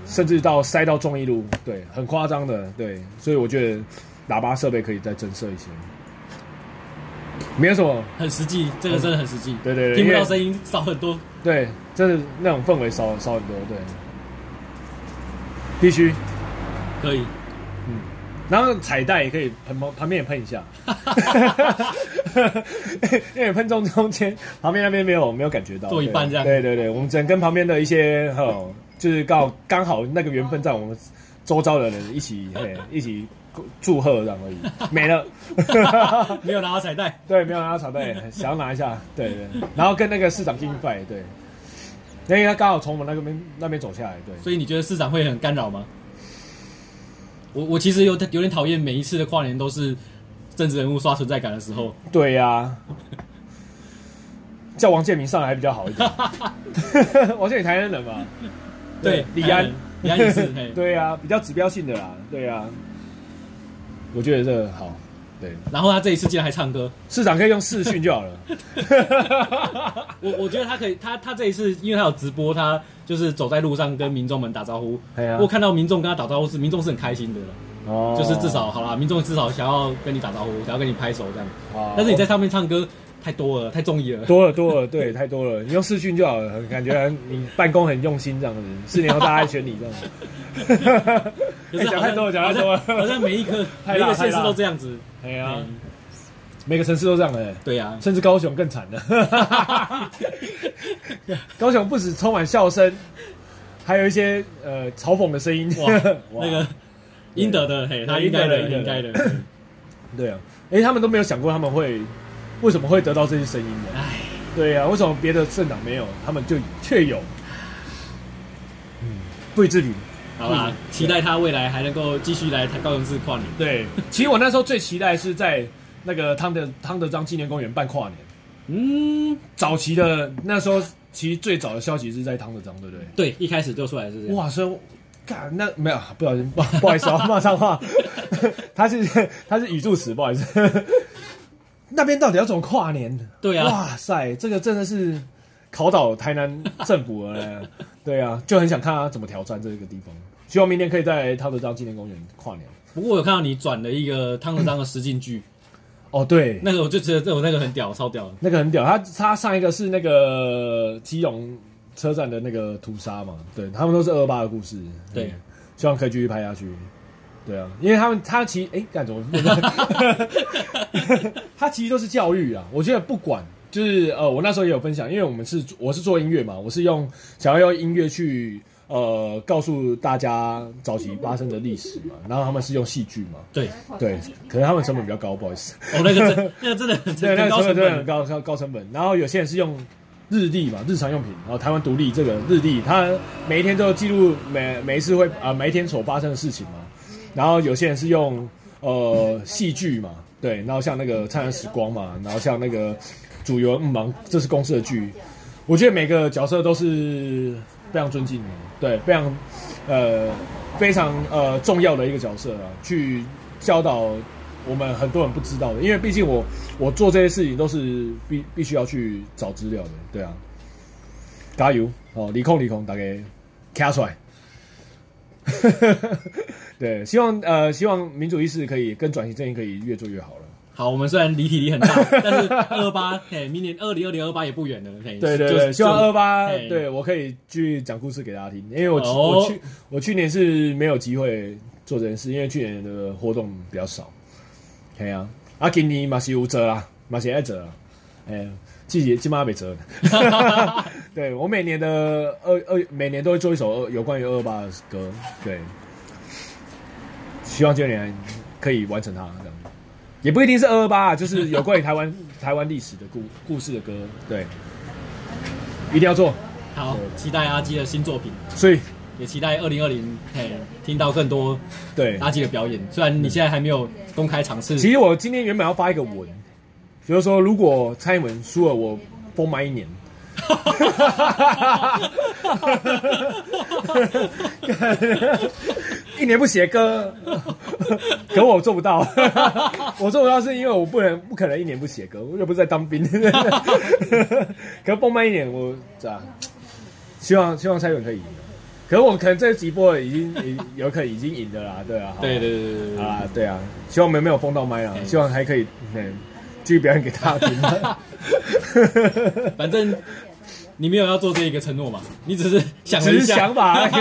[SPEAKER 3] 甚至到塞到中义路，对，很夸张的，对，所以我觉得喇叭设备可以再增设一些，没有什么，
[SPEAKER 2] 很实际，这个真的很实际。
[SPEAKER 3] 对对对
[SPEAKER 2] 听不
[SPEAKER 3] 因
[SPEAKER 2] 到
[SPEAKER 3] 为
[SPEAKER 2] 声音少很多。
[SPEAKER 3] 对，真的那种氛围少少很多，对，必须。
[SPEAKER 2] 可以，
[SPEAKER 3] 然后彩带也可以喷旁旁边也喷一下，因为喷中中间旁边那边没有没有感觉到，
[SPEAKER 2] 做一半这样
[SPEAKER 3] 对对对，我们只能跟旁边的一些哈、哦就是刚刚好那个缘分在我们周遭的人一 起嘿一起祝贺这样而已，没了。
[SPEAKER 2] 没有拿到彩带，
[SPEAKER 3] 对，没有拿到场队，想要拿一下，对对，然后跟那个市长竞赛，对，因为他刚好从我们那个边那边走下来，对，
[SPEAKER 2] 所以你觉得市长会很干扰吗？我我其实有有点讨厌每一次的跨年都是政治人物刷存在感的时候，
[SPEAKER 3] 对呀、叫王建民上来还比较好一点， 王建民台湾人嘛，
[SPEAKER 2] 对，哎
[SPEAKER 3] 李安，
[SPEAKER 2] 李安也是， 嘿，
[SPEAKER 3] 对呀、比较指标性的啦，对呀、我觉得这个好，对，
[SPEAKER 2] 然后他这一次竟然还唱歌，
[SPEAKER 3] 市长可以用视讯就好 了，
[SPEAKER 2] 我我觉得他可以，他他这一次因为他有直播，他就是走在路上跟民众们打招呼，
[SPEAKER 3] 哎呀
[SPEAKER 2] 我看到民众跟他打招呼是民众是很开心的了，
[SPEAKER 3] 哦
[SPEAKER 2] 啊就是至少好啦，民众至少想要跟你打招呼，想要跟你拍手这样，
[SPEAKER 3] 好
[SPEAKER 2] 但是你在上面唱歌太多了，太中意了。
[SPEAKER 3] 多了多了，对，太多了。你用视讯就好了，很感觉你办公很用心这样子。四年后大家还选你这样 子。
[SPEAKER 2] 可
[SPEAKER 3] 哎
[SPEAKER 2] 是
[SPEAKER 3] 讲
[SPEAKER 2] 好像
[SPEAKER 3] 太多了，讲太多
[SPEAKER 2] 好像好
[SPEAKER 3] 了。
[SPEAKER 2] 像每一个
[SPEAKER 3] 太
[SPEAKER 2] 每一
[SPEAKER 3] 辣
[SPEAKER 2] 个县市
[SPEAKER 3] 太辣
[SPEAKER 2] 都这样子。
[SPEAKER 3] 哎呀，
[SPEAKER 2] 嗯
[SPEAKER 3] 每个城市都这样哎，
[SPEAKER 2] 对啊呀、
[SPEAKER 3] 甚至高雄更惨了。 高雄不止充满笑声，还有一些呃嘲讽的声音。
[SPEAKER 2] 哇， 那个应得的，嘿，他应该的，应该的。
[SPEAKER 3] 对啊，哎，他们都没有想过他们会为什么会得到这些声音的。
[SPEAKER 2] 哎，
[SPEAKER 3] 对啊呀、为什么别的政党没有，他们就却有？嗯，不予置评。
[SPEAKER 2] 好啦
[SPEAKER 3] 嗯，
[SPEAKER 2] 期待他未来还能够继续来台高雄市跨年。
[SPEAKER 3] 对，其实我那时候最期待是在那个汤德汤德章纪念公园办跨年。
[SPEAKER 2] 嗯，
[SPEAKER 3] 早期的那时候，其实最早的消息是在汤德章，对不对？
[SPEAKER 2] 对，一开始就出来是这样。
[SPEAKER 3] 哇，所以我干那没有不小心不不好意思啊，骂脏话， 他是他是语助词，不好意思。 那边到底要怎么跨年？
[SPEAKER 2] 对啊
[SPEAKER 3] 哇塞，这个真的是考倒台南政府了呢。对啊，就很想看他怎么挑战这个地方。希望明年可以在汤德章纪念公园跨年。
[SPEAKER 2] 不过我有看到你转了一个汤德章的实 境剧，
[SPEAKER 3] 哦，对，
[SPEAKER 2] 那个我就觉得这我那个很屌，超屌的。
[SPEAKER 3] 那个很屌，他他上一个是那个基隆车站的那个屠杀嘛，对他们都是二八的故事，
[SPEAKER 2] 对
[SPEAKER 3] 嗯，希望可以继续拍下去。对啊，因为他们他其实哎，干、怎么？ 他其实都是教育啊，我觉得不管就是呃，我那时候也有分享，因为我们是我是做音乐嘛，我是用想要用音乐去呃告诉大家早期发生的历史嘛，然后他们是用戏剧嘛，
[SPEAKER 2] 对，
[SPEAKER 3] 对，可能他们成本比较高，不好意思。
[SPEAKER 2] 哦，那 个真那个真的很
[SPEAKER 3] 对，那个成本
[SPEAKER 2] 很高成
[SPEAKER 3] 真的很
[SPEAKER 2] 本。
[SPEAKER 3] 高高高成本。然后有些人是用日历嘛，日常用品。然后台湾独立这个日历，它每一天都记录每每一次会啊、呃每一天所发生的事情嘛。然后有些人是用呃戏剧嘛，对，然后像那个《灿烂时光》嘛，然后像那个《主游嗯忙》，这是公司的剧。我觉得每个角色都是非常尊敬的，对，非常呃非常呃重要的一个角色啊，去教导我们很多人不知道的，因为毕竟我我做这些事情都是必必须要去找资料的，对啊，加油哦，理控理控，大概卡出来。 对，希望呃，希望民主意识可以跟转型正义可以越做越好了。
[SPEAKER 2] 好，我们虽然离体力很 大，但是二八，嘿，明年二零二零二八也不远了。嘿，
[SPEAKER 3] 对对
[SPEAKER 2] 就
[SPEAKER 3] 对，希望二八
[SPEAKER 2] 嘿
[SPEAKER 3] 对我可以去讲故事给大家听，因为我、
[SPEAKER 2] 哦
[SPEAKER 3] 我去我去年是没有机会做这件事，因为去年的活动比较少。嘿啊，啊，今年嘛是有折啦，嘛是爱折啦，哎、季节今晚没折。 对我每年的二二每年都会做一首有关于二八的歌，对，希望今年可以完成它这样。也不一定是二二八，就是有关于台湾台湾历史的故故事的歌，对，一定要做。
[SPEAKER 2] 好，期待阿基的新作品，
[SPEAKER 3] 所以，
[SPEAKER 2] 也期待二零二零，嘿，听到更多
[SPEAKER 3] 对，
[SPEAKER 2] 阿基的表演。虽然你现在还没有公开尝试，
[SPEAKER 3] 其实我今天原本要发一个文，就是说如果蔡英文输了，我封麦一年。一年不写歌，可我做不到。我做不到是因为我不能不可能一年不写歌，我又不是在当兵。可蹦慢一点，我咋、啊？希望希望蔡英文可以赢。可是我可能这直播已经已有可能已经赢的啦，对啊。好
[SPEAKER 2] 对对对对对对，
[SPEAKER 3] 啊，对啊，希望我们没有封到麦啊，
[SPEAKER 2] 哎
[SPEAKER 3] 希望还可以嗯继续表演给大 家听。
[SPEAKER 2] 反正你没有要做这一个承诺嘛，你只是想 了
[SPEAKER 3] 只
[SPEAKER 2] 一
[SPEAKER 3] 是
[SPEAKER 2] 下
[SPEAKER 3] 想法而已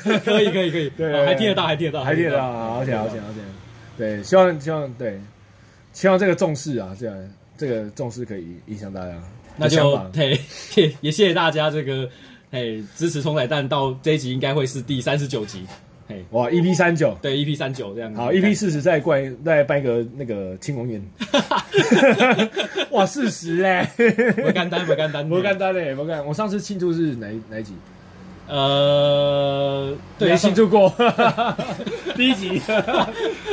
[SPEAKER 2] 可以可以可以，
[SPEAKER 3] 对
[SPEAKER 2] 哦还听得到，还听得到，
[SPEAKER 3] 还听得到，好险好险好险！对，希望希望对，希望这个重视啊，这样这个重视可以影响大家。
[SPEAKER 2] 那
[SPEAKER 3] 想
[SPEAKER 2] 就
[SPEAKER 3] 法
[SPEAKER 2] 嘿， 也也谢谢大家这个嘿支持冲仔蛋到这一集应该会是第三十九集，嘿，
[SPEAKER 3] 哇，EP 三九，
[SPEAKER 2] 对 EP 三九这样子。
[SPEAKER 3] 好，EP 四十再冠再办一个那个庆功 宴。哇，四十嘞，
[SPEAKER 2] 不干单不干单
[SPEAKER 3] 不简单嘞，不简单。我上次庆祝是哪一哪一集？
[SPEAKER 2] 呃对
[SPEAKER 3] 没
[SPEAKER 2] 啊
[SPEAKER 3] 庆
[SPEAKER 2] 上
[SPEAKER 3] 祝过， 第一 集。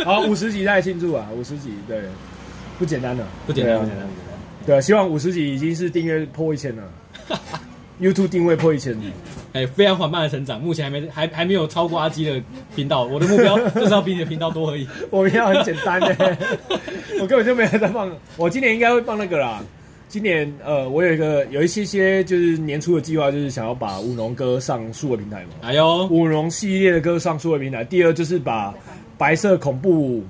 [SPEAKER 3] 好，五十集再庆祝啊，五十集对，不简单了，
[SPEAKER 2] 不简单
[SPEAKER 3] 对啊
[SPEAKER 2] 不简单不简单。
[SPEAKER 3] 对啊，希望五十集已经是订阅破一千 了，YouTube 定位破一千。
[SPEAKER 2] 哎，非常缓慢的成长，目前还没还还没有超过阿基的频道。我的目标就是要比你的频道多而已。
[SPEAKER 3] 我们要很简单的、我根本就没有在放。我今年应该会放那个啦。今年呃，我有一个有一些些就是年初的计划，就是想要把舞龙歌上数位平台嘛，
[SPEAKER 2] 哎呦，
[SPEAKER 3] 舞龙系列的歌上数位平台。第二就是把白色恐怖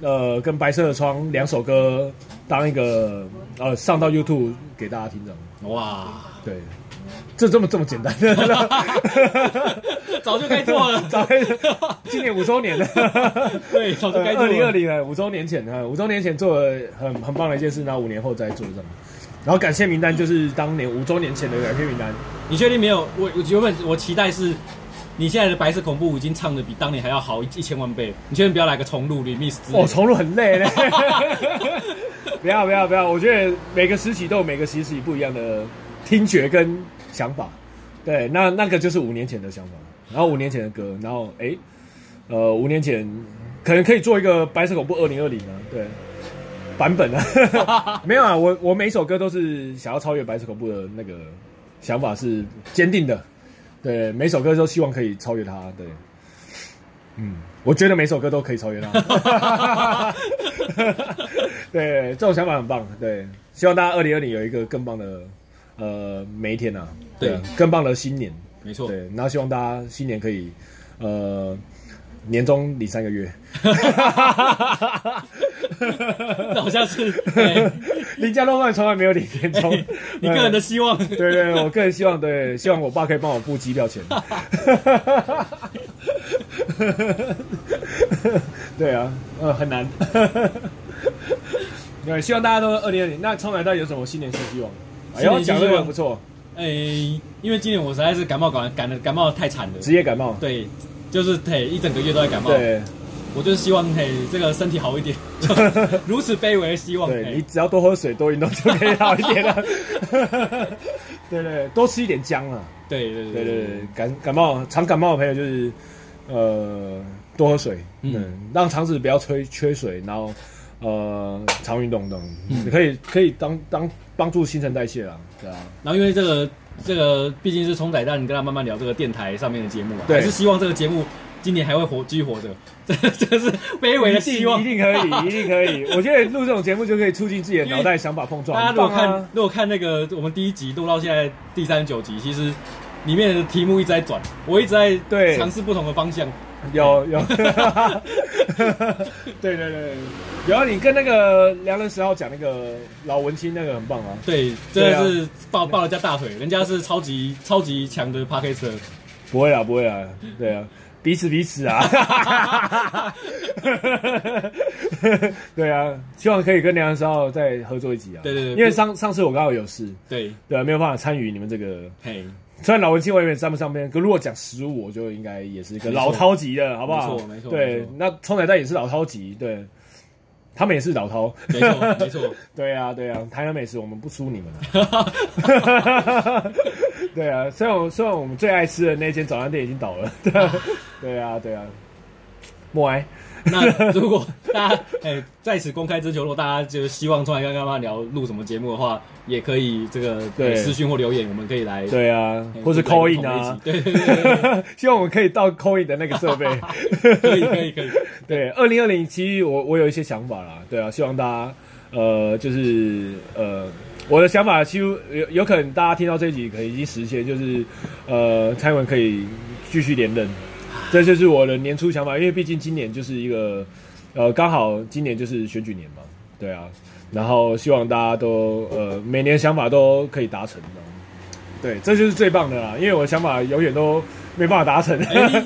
[SPEAKER 3] 呃跟白色的窗两首歌当一个呃上到 YouTube 给大家听的。
[SPEAKER 2] 哇，
[SPEAKER 3] 对，这这么这么简 单。
[SPEAKER 2] 早就该做了，
[SPEAKER 3] 早今年五周年了，
[SPEAKER 2] 对，早就该做
[SPEAKER 3] 二
[SPEAKER 2] 了。
[SPEAKER 3] 零二零了，五周年前啊，五周年前做了很很棒的一件事，然后五年后再做这样。然后感谢名单就是当年五周年前的感谢名单，
[SPEAKER 2] 你确定没有？我我原本我期待是，你现在的白色恐怖已经唱的比当年还要好一一千万倍。你确定不要来个重录 remix 之类
[SPEAKER 3] 哦，
[SPEAKER 2] 的？
[SPEAKER 3] 重录很累嘞。 不要不要不要，我觉得每个时期都有每个时期不一样的听觉跟想法。对，那那个就是五年前的想法，然后五年前的歌，然后哎，呃，五年前可能可以做一个《白色恐怖二零二零》啊，对，版本啊， 没有啊，我我每一首歌都是想要超越《白色恐怖》的那个想法是坚定的，对，每首歌都希望可以超越它，对，嗯，我觉得每首歌都可以超越它， 对，这种想法很棒，对，希望大家二零二零有一个更棒的呃每一天啊，
[SPEAKER 2] 对
[SPEAKER 3] 啊更棒的新年，
[SPEAKER 2] 没错，
[SPEAKER 3] 对，然后希望大家新年可以，呃，年终领三个月，
[SPEAKER 2] 这好像是、 对，
[SPEAKER 3] 林家老板从来没有领年终
[SPEAKER 2] 你个人的希望。
[SPEAKER 3] 对，对对，我个人希望，对，希望我爸可以帮我付机票 钱。对啊，呃，很难。对，希望大家都二零二零。那超奶大有什么新年新希望？哎呦，
[SPEAKER 2] 新年新
[SPEAKER 3] 讲
[SPEAKER 2] 希望
[SPEAKER 3] 这个不错，
[SPEAKER 2] 哎、因为今年我实在是感冒感感的感冒得太惨了，
[SPEAKER 3] 职业感冒。
[SPEAKER 2] 对，就是嘿一整个月都在感冒。
[SPEAKER 3] 对
[SPEAKER 2] 我就是希望嘿这个身体 好一点，就如此卑微的希望。
[SPEAKER 3] 对，
[SPEAKER 2] 嘿
[SPEAKER 3] 你只要多喝水、多运动就可以好一点了。 对对，多吃一点姜啊。
[SPEAKER 2] 对对
[SPEAKER 3] 对
[SPEAKER 2] 对
[SPEAKER 3] 对对，感感冒常感冒的朋友就是，呃，多喝水，
[SPEAKER 2] 嗯
[SPEAKER 3] 嗯，让肠子不要缺缺水，然后呃，常运动等，你可以可以当当帮助新陈代谢啦，对啊，
[SPEAKER 2] 然后因为这个这个毕竟是冲仔蛋跟他慢慢聊这个电台上面的节目嘛，
[SPEAKER 3] 对
[SPEAKER 2] 还是希望这个节目今年还会活继续活着， 这这是卑微的希望
[SPEAKER 3] 一。定可以，一定可以，我觉得录这种节目就可以促进自己的脑袋想法碰 撞，
[SPEAKER 2] 大家如果
[SPEAKER 3] 很棒
[SPEAKER 2] 看、
[SPEAKER 3] 啊
[SPEAKER 2] 如果看那个我们第一集录到现在第三十九集，其实里面的题目一直在转，我一直在
[SPEAKER 3] 对
[SPEAKER 2] 尝试不同的方向。
[SPEAKER 3] 有 有，对对对，然后你跟那个良人十号讲那个老文青那个很棒啊，
[SPEAKER 2] 对，真
[SPEAKER 3] 对啊
[SPEAKER 2] 的是抱、抱人家大腿，人家是超级超级强的 p a r k e r
[SPEAKER 3] 不会啊，不会啊，对啊，彼此彼此啊， 对啊，希望可以跟梁文少再合作一集啊。
[SPEAKER 2] 对对对
[SPEAKER 3] 因为上上次我刚好有事，
[SPEAKER 2] 对，
[SPEAKER 3] 对啊，没有办法参与你们这个。
[SPEAKER 2] 嘿，
[SPEAKER 3] 虽然老文青我也沾不上边，可如果讲食物，我就应该也是一个
[SPEAKER 2] 没错
[SPEAKER 3] 老饕级的，好不好？
[SPEAKER 2] 没错没错没
[SPEAKER 3] 对
[SPEAKER 2] 错，
[SPEAKER 3] 那冲仔蛋也是老饕级，对，他们也是老饕。
[SPEAKER 2] 没错没错，
[SPEAKER 3] 对啊，对啊，台南美食我们不输你们 啊。对啊，虽然我虽然我们最爱吃的那间早餐店已经倒了， 对啊，对啊，对啊。默哀，
[SPEAKER 2] 那如果大家哎、在此公开征求，如果大家就希望出来跟干妈聊录什么节目的话，也可以这个
[SPEAKER 3] 对
[SPEAKER 2] 呃私讯或留言，我们可以来
[SPEAKER 3] 对啊
[SPEAKER 2] 哎，
[SPEAKER 3] 或是
[SPEAKER 2] 做个
[SPEAKER 3] call in
[SPEAKER 2] 同
[SPEAKER 3] 啊
[SPEAKER 2] 一集，对对对对，
[SPEAKER 3] 希望我们可以到 call in 的那个设备。
[SPEAKER 2] 对可以可以 可以，
[SPEAKER 3] 对，二零二零其实我我有一些想法啦，对啊，希望大家呃就是呃我的想法，其实有有可能大家听到这一集可能已经实现，就是呃蔡英文可以继续连任，这就是我的年初想法，因为毕竟今年就是一个呃刚好今年就是选举年嘛，对啊，然后希望大家都呃每年想法都可以达成的。对，这就是最棒的啦，因为我的想法永远都没办法达成。
[SPEAKER 2] 哎、哎、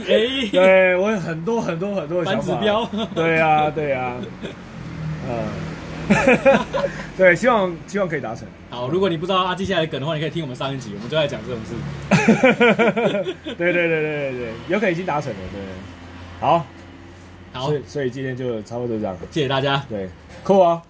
[SPEAKER 3] 对 我有很多很多很多的想
[SPEAKER 2] 反指
[SPEAKER 3] 法。
[SPEAKER 2] 标，
[SPEAKER 3] 对啊，对啊，呃， 对，希望希望可以达成。
[SPEAKER 2] 好，如果你不知道阿基下来的梗的话，你可以听我们上一集，我们就在讲这种事。
[SPEAKER 3] 对对对对对对，有可能已经达成了。对，好，
[SPEAKER 2] 好
[SPEAKER 3] 所，以所以今天就差不多这样。
[SPEAKER 2] 谢谢大家。
[SPEAKER 3] 对，酷啊！